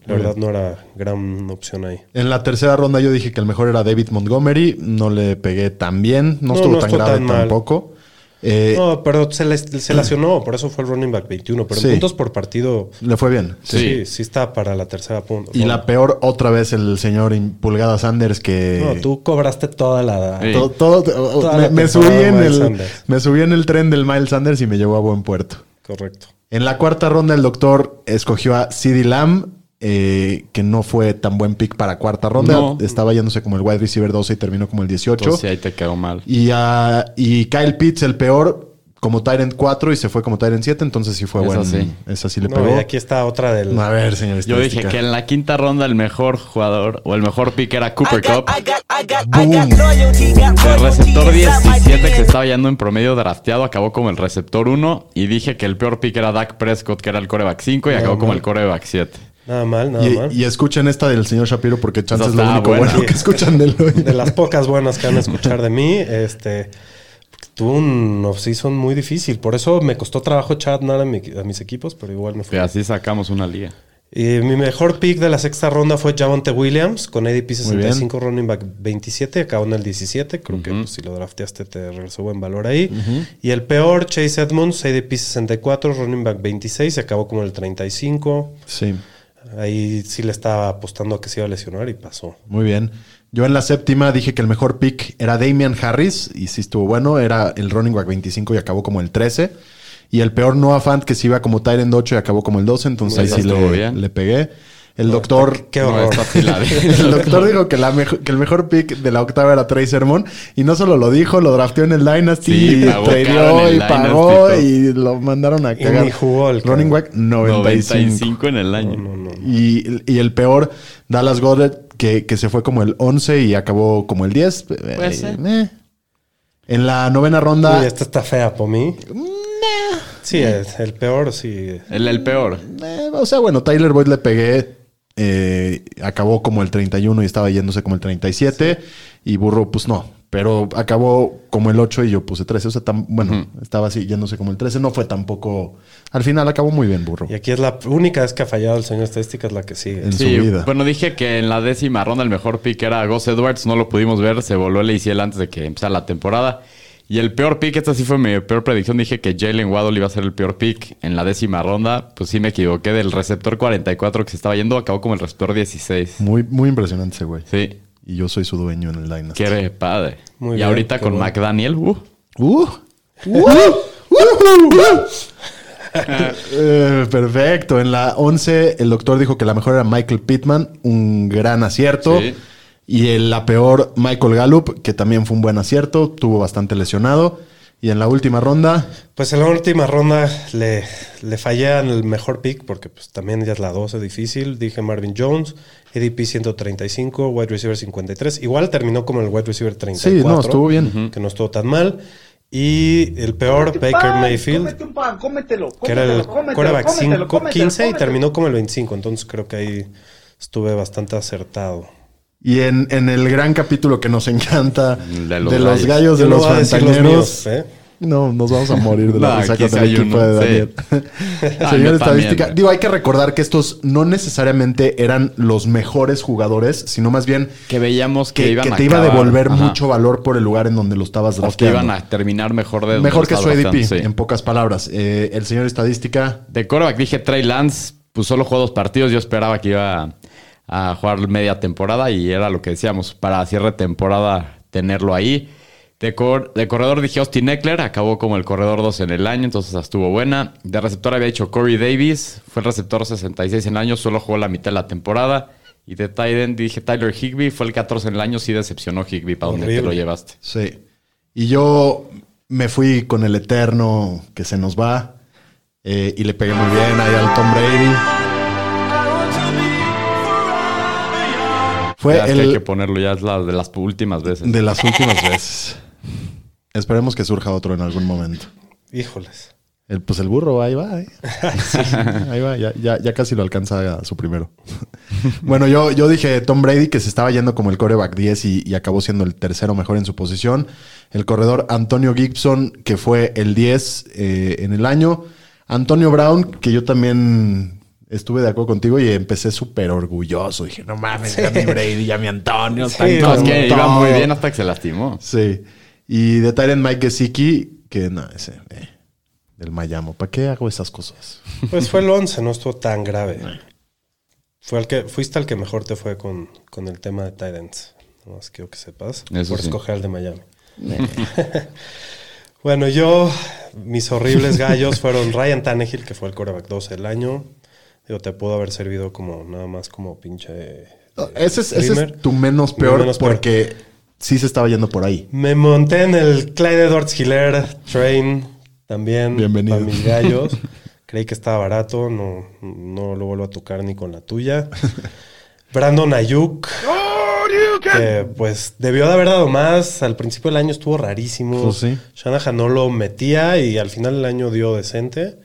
La verdad no era gran opción ahí.
En la tercera ronda yo dije que el mejor era David Montgomery. No le pegué tan bien. No,
No,
estuvo
no
tan
estuvo
grave
tan mal.
tampoco. Eh, ah.
No, pero se, les- se lesionó, por eso fue el running back 21. Pero
Sí.
en puntos por partido,
Le fue bien.
sí, sí, está para la tercera punta.
Y la peor, otra vez, el señor in- Pulgada Sanders que...
No, tú cobraste toda la...
Sí.
To- todo-
Toda
me,
la
me
temporada
subí en
Miles
el,
Sanders.
me subí en el tren del Miles Sanders y me llevó a buen puerto.
Correcto.
En la cuarta ronda, el doctor escogió a CeeDee Lamb, Lamb, que no fue tan buen pick para cuarta ronda.
No.
Estaba yéndose como el wide receiver 12 y terminó como el 18.
Entonces, sí, ahí te quedó mal.
y, a- y Kyle Pitts, el peor, como Tyrant 4 y se fue como Tyrant 7. Entonces sí fue
Esa
bueno.
sí.
Esa sí le
No,
pegó.
y aquí está otra del...
A ver, señor.
Yo dije
estadística.
que en la quinta ronda el mejor jugador o el mejor pick era Cooper Cup. El receptor 17 que se estaba yendo en promedio drafteado acabó como el receptor 1 y dije que el peor pick era Dak Prescott que era el coreback 5 y acabó como el coreback 7.
Nada mal, nada mal.
Y, y escuchen esta del señor Shapiro porque chance
Esa
es lo
está
único
buena.
bueno que escuchan de él hoy.
De las pocas buenas que van a escuchar de mí, este... Tuve un off-season muy difícil. Por eso me costó trabajo echar nada a, mi- a mis equipos, pero igual me
Y
fue.
así sacamos una liga.
Y mi mejor pick de la sexta ronda fue Javonte Williams con ADP 65, running back 27, acabó en el 17. Creo que pues, si lo drafteaste te regresó buen valor ahí. Y el peor, Chase Edmonds, ADP 64, running back 26, se acabó como en el 35.
Sí,
Ahí sí le estaba apostando a que se iba a lesionar y pasó.
muy bien. Yo en la séptima dije que el mejor pick era Damian Harris y sí estuvo bueno. Era el running back 25 y acabó como el 13. Y el peor Noah Fant que se iba como Tyrant 8 y acabó como el 12. Entonces
Muy
ahí
bien.
sí
Estuvo
le,
bien.
le pegué. El doctor...
Qué
No,
horror.
esta sí la vi.
El doctor dijo que, la mejo- que el mejor pick de la octava era Trey Sermon. Y no solo lo dijo, lo drafteó en el Dynasty.
Sí,
y
pagó
tradeó
caro en el
y
Dynasty,
pagó
todo.
y lo mandaron a
Y
cagar.
ni jugó el
Running
cabrón.
back 95.
95 en el año.
Y, y el peor, Dallas Goddard, que, que se fue como el 11 y acabó como el 10. Eh,
ser.
eh. En la novena ronda,
Uy, este. esta está fea por mí. Sí, es el peor, sí.
El, el peor.
eh, o sea, bueno, Tyler Boyd le pegué, eh, acabó como el 31 y estaba yéndose como el 37. Y Burro, pues no, pero acabó como el 8 y yo puse 13. O sea, tan, bueno, estaba así yéndose como el 13. No fue tampoco. Al final acabó muy bien, Burro.
Y aquí es la única vez que ha fallado el señor estadística, es la que sigue.
En
Sí,
su vida.
bueno, dije que en la décima ronda el mejor pick era Gus Edwards, no lo pudimos ver, se voló el ACL antes de que empezara la temporada. Y el peor pick, esta sí fue mi peor predicción, dije que Jalen Waddle iba a ser el peor pick en la décima ronda, pues sí me equivoqué, del receptor 44 que se estaba yendo acabó como el receptor 16.
Muy, muy impresionante ese güey.
Sí,
Y yo soy su dueño en el Dynasty.
qué padre.
Muy
y
bien,
ahorita
qué
con
bueno.
McDaniel, uh,
Uh, uh, uh, uh. Eh, perfecto. En la 11, el doctor dijo que la mejor era Michael Pittman. Un gran acierto.
Sí.
Y el- la peor, Michael Gallup, que también fue un buen acierto, tuvo bastante lesionado. Y en la última ronda,
Pues en la última ronda le, le fallé en el mejor pick porque pues también ya es la 12 difícil. Dije Marvin Jones, EDP 135, wide receiver 53. Igual terminó como el wide receiver 34.
sí, no, estuvo bien.
Que no estuvo tan mal. Y el peor, Baker Mayfield,
Cómete un pan, cómetelo.
que era el
cómetelo, cómetelo,
quarterback
cómetelo,
5,
cómetelo,
15 y
cómetelo.
terminó como el 25. Entonces creo que ahí estuve bastante acertado.
Y en, en el gran capítulo que nos encanta de
De
los, gallos,
los gallos.
de
Yo no
los
voy a decir los
fantañeros.
míos, ¿eh?
No, nos vamos a morir de la
No,
risa
aquí
con
sí
el
hay
equipo
uno,
de
sí.
Daniel.
Ah,
Señor
yo
estadística.
también, güey.
Digo, hay que recordar que estos no necesariamente eran los mejores jugadores, sino más bien
Que veíamos que,
que,
iban
que
a
te iba a
acabar.
devolver
Ajá.
mucho valor por el lugar en donde lo estabas
O que iban
drafteando.
a terminar mejor de donde
Mejor que
estaba
su ADP,
drafteando, sí.
en pocas palabras. Eh, el señor estadística,
De quarterback dije Trey Lance, pues solo jugó dos partidos. Yo esperaba que iba a, a jugar media temporada y era lo que decíamos, para cierre de temporada tenerlo ahí. De, cor- de corredor dije Austin Eckler, acabó como el corredor 2 en el año, entonces estuvo buena. De receptor había dicho Corey Davis, fue el receptor 66 en el año, solo jugó la mitad de la temporada. Y de tight end dije Tyler Higby, fue el 14 en el año, sí decepcionó Higby para donde te lo
Horrible.
llevaste.
sí. Y yo me fui con el eterno que se nos va eh, y le pegué muy bien ahí al Tom Brady. Fue
Ya es que hay que
el,
ponerlo, ya es la de las últimas veces.
De las últimas veces. Esperemos que surja otro en algún momento.
Híjoles.
El- pues el burro, ahí va. ¿eh? Ahí va, ya, ya- ya casi lo alcanza a su primero. bueno, yo, yo dije Tom Brady que se estaba yendo como el coreback 10 y, y acabó siendo el tercero mejor en su posición. El corredor Antonio Gibson, que fue el 10 eh, en el año. Antonio Brown, que yo también estuve de acuerdo contigo y empecé súper orgulloso. Dije, no mames, ya mi Brady, ya mi Antonio. están
No, es que
con
iba muy
todo".
bien hasta que se lastimó.
Sí. Y de Tyrant Mike Gesicki, que no, ese, eh, del Miami. ¿Para qué hago esas cosas?
Pues fue el 11, no estuvo tan grave. Fue el que, fuiste al que mejor te fue con, con el tema de Titans. No más quiero que sepas.
Eso
por
sí. Eh.
escoger el de Miami. bueno, yo, mis horribles gallos fueron Ryan Tannehill, que fue el quarterback 12 del año. Digo, te pudo haber servido como nada más como pinche. eh,
Ese es, ese
streamer.
es tu menos
Mi
peor
menos peor.
porque sí se estaba yendo por ahí.
Me monté en el Clyde Edwards Hiller Train también.
Bienvenido.
Para mis gallos. Creí que estaba barato. No, no lo vuelvo a tocar ni con la tuya. Brandon Ayuk. Que pues debió de haber dado más. Al principio del año estuvo rarísimo.
Pues, sí.
Shanahan no lo metía y al final del año dio decente.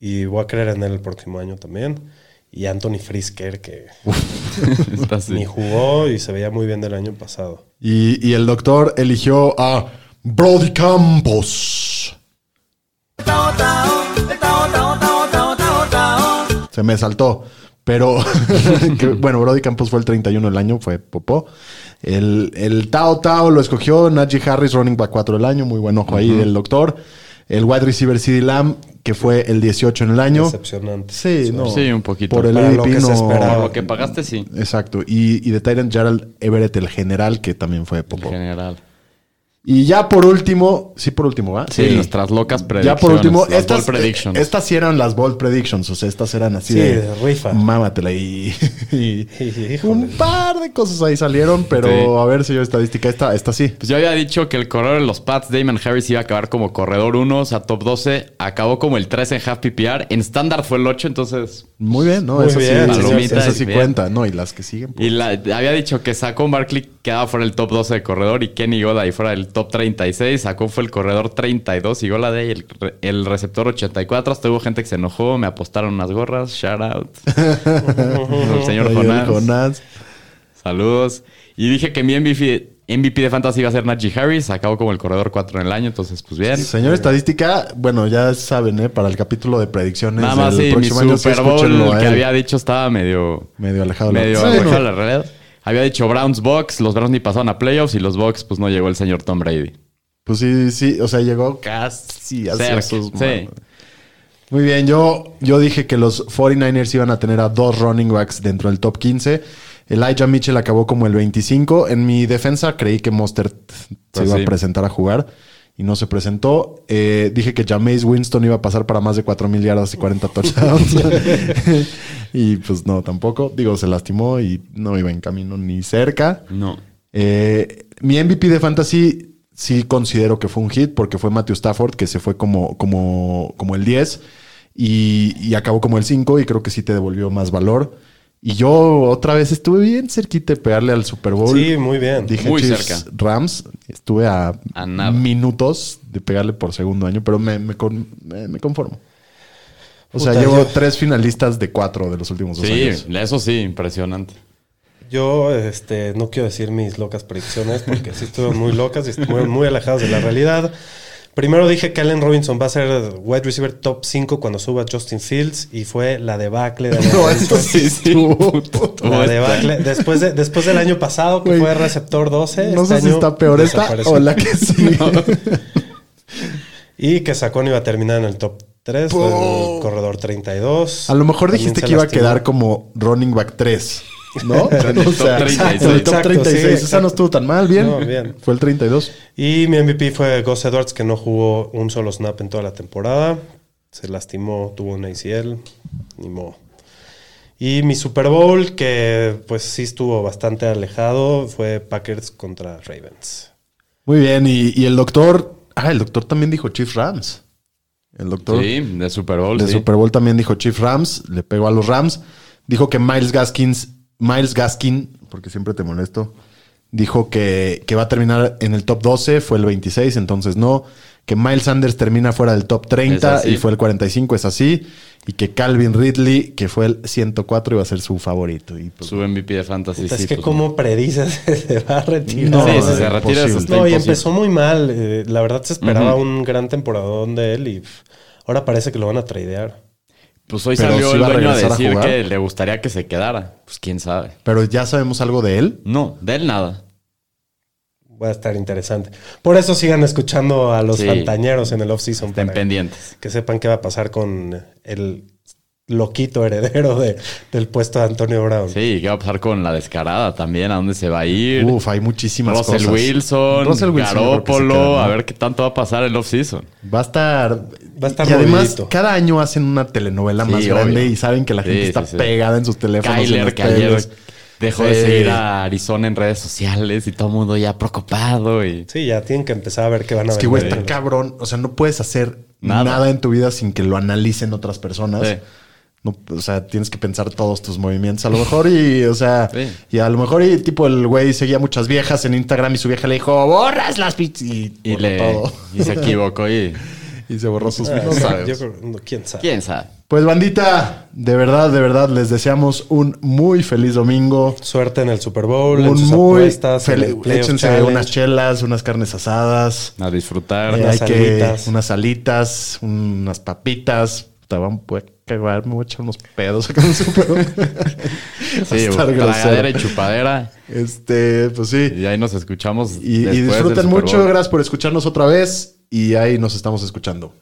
Y voy a creer en él el próximo año también. Y Anthony Frisker, que
Está así.
ni jugó y se veía muy bien del año pasado.
Y, y el doctor eligió a Brody Campos. Se me saltó. Pero que, bueno, Brody Campos fue el 31 del año, fue popó. El, el Tao Tao lo escogió Najee Harris, running back 4 del año, muy buen ojo ahí del doctor. El wide receiver CD Lamb, que fue el 18 en el año.
Decepcionante.
Sí, no.
Sí, un poquito.
Por el
Para lo
ADP
que se
no-
esperaba.
Por lo que pagaste, sí.
Exacto. Y, y de Tyrant Gerald Everett, el general, que también fue
En
popó.
general.
Y ya por último, sí por último, ¿va?
Sí, nuestras locas
Ya
predicciones.
por último,
las
estas,
bold predictions.
eh, estas sí eran las bold predictions, o sea, estas eran así
Sí,
de,
de rifa.
Mámatela y, y-
Híjole.
un par de cosas ahí salieron, pero
Sí.
a ver si yo estadística esta, esta sí.
Pues yo había dicho que el corredor de los Pats, Damon Harris, iba a acabar como corredor 1, o sea, top 12. Acabó como el 13 en half PPR. En estándar fue el 8, entonces.
Muy bien, ¿no?
Muy
Esa
bien,
sí, esa-
palomita,
esa sí
bien.
cuenta, ¿no? Y las que siguen.
Y la- había dicho que sacó Barkley quedaba fuera el top 12 de corredor y Kenny Gola ahí fuera el top 36. Sacó fue el corredor 32 y Gola de ahí el, re- el receptor 84. Hasta hubo gente que se enojó, me apostaron unas gorras. Shout out. el señor
Ahí el
Jonás.
Jonás.
Saludos. Y dije que mi MVP, MVP de Fantasy iba a ser Najee Harris. Acabó como el corredor 4 en el año, entonces pues bien.
Señor estadística, bueno, ya saben, ¿eh? Para el capítulo de predicciones
Nada más
del
sí, mi
próximo año, sí,
Super Bowl
escúchenlo a
que
él.
había dicho estaba medio...
medio alejado. de la-
Medio
Sí,
alejado
no.
de la realidad. Había dicho Browns Box, los Browns ni pasaron a playoffs y los Box pues no llegó el señor Tom Brady.
Pues sí, sí, o sea, llegó casi hacia
Cerca,
sus
sí.
manos. Muy bien, yo, yo dije que los 49ers iban a tener a dos running backs dentro del top 15. Elijah Mitchell acabó como el 25. En mi defensa creí que Mostert se
Pues
iba a
sí.
presentar a jugar. y no se presentó. Eh, dije que Jameis Winston iba a pasar para más de 4 mil yardas y 40 touchdowns. y pues no, tampoco. Digo, se lastimó y no iba en camino ni cerca.
No.
Eh, mi MVP de fantasy sí considero que fue un hit porque fue Matthew Stafford, que se fue como, como, como el 10 y, y acabó como el 5 y creo que sí te devolvió más valor. Y yo otra vez estuve bien cerquita de pegarle al Super Bowl.
Sí, muy bien.
Dije
Muy
Chiefs,
cerca.
Rams. Estuve a,
A nada.
minutos de pegarle por segundo año, pero me, me con- me- me conformo. O sea,
Puta,
llevo
yo-
tres finalistas de cuatro de los últimos dos
Sí,
años.
eso sí, impresionante.
Yo este, no quiero decir mis locas predicciones porque sí estuvieron muy locas y estuvieron muy alejadas de la realidad. Primero dije que Allen Robinson va a ser wide receiver top 5 cuando suba Justin Fields y fue la debacle de Allen
No,
Robinson.
eso sí, sí.
La debacle. Después, de, después del año pasado, que
Güey,
fue receptor 12.
No
este
sé si
año
está peor esta
desapareció.
o la que sí.
Y que Sacón iba a terminar en el top 3, fue el corredor 32.
A lo mejor
También
dijiste
se
que iba a
lastimó.
quedar como running back 3, ¿no? o sea,
el top 36.
en el top
Exacto, sí,
36. Esa
exacto.
no estuvo tan mal, bien.
No, bien.
Fue el 32.
Y mi MVP fue Gus Edwards, que no jugó un solo snap en toda la temporada. Se lastimó, tuvo un ACL, ni modo. Y mi Super Bowl, que pues sí estuvo bastante alejado, fue Packers contra Ravens.
Muy bien. Y, y el doctor. Ah, el doctor también dijo Chief Rams. El doctor
Sí, de Super Bowl.
de
sí.
Super Bowl también dijo Chief Rams. Le pegó a los Rams. Dijo que Miles Gaskins. Miles Gaskin, porque siempre te molesto. Dijo que, que va a terminar en el top 12, fue el 26, entonces no. Que Miles Sanders termina fuera del top 30
Es así.
y fue el 45, es así. Y que Calvin Ridley, que fue el 104, iba a ser su favorito. Y pues,
Su MVP de Fantasy.
es
sí,
que
pues,
como predices se va a retirar.
No,
Sí, si
es
se retira eso
imposible.
No,
está
y
imposible.
empezó muy mal. eh, la verdad se esperaba un gran temporadón de él y pff, ahora parece que lo van a tradear.
Pues hoy
Pero
salió
sí
el
va a
dueño a
regresar a
decir
jugar.
que le gustaría que se quedara. Pues quién sabe.
pero ya sabemos algo de él.
No, de él nada.
Va a estar interesante. Por eso sigan escuchando a los
Sí.
fantañeros en el off-season.
Estén
para
pendientes.
Que sepan qué va a pasar con el loquito heredero de- del puesto de Antonio Brown.
Sí, ¿qué va a pasar con la descarada también? ¿A dónde se va a ir?
Uf, hay muchísimas
Russell
cosas.
Wilson,
Russell Wilson, yo creo que se
Garópolo,
queda, ¿no?
a ver qué tanto va a pasar el off-season.
Va a estar.
Va a estar
y además,
movidito.
cada año hacen una telenovela
Sí,
más grande
obvio.
y saben que la gente
Sí,
está
sí, sí.
pegada en sus teléfonos. en
Kyler,
las
que ayer
teles.
dejó
Sí.
de seguir a Arizona en redes sociales y todo el mundo ya preocupado. Y...
Sí, ya tienen que empezar a ver qué van a
Es que,
vender.
güey, está cabrón. O sea, no puedes hacer nada,
Nada.
en tu vida sin que lo analicen otras personas.
Sí.
No, o sea, tienes que pensar todos tus movimientos. A lo mejor y, o sea,
Sí.
y a lo mejor y tipo el güey seguía muchas viejas en Instagram y su vieja le dijo, borras las pizzas. Y,
Y,
borró
le,
todo.
y se equivocó y
Y se borró sus
Ah,
no sabes.
yo creo- no, ¿Quién sabe?
quién sabe.
Pues bandita, de verdad, de verdad, les deseamos un muy feliz domingo.
Suerte en el Super Bowl, en
Un
sus
muy
apuestas, en el
feliz.
playoff
Échense
challenge.
unas chelas, unas carnes asadas.
A disfrutar.
Eh,
unas
hay que-
alitas.
unas salitas, unas papitas. Te van a acabar, me voy a echar unos pedos acá en el Super Bowl. Va a
Sí,
estar
tragadera y
grosero.
chupadera.
Este, pues sí.
Y ahí nos escuchamos.
Y, y
después del
disfruten
Super
mucho.
Bowl.
Gracias por escucharnos otra vez. Y ahí nos estamos escuchando.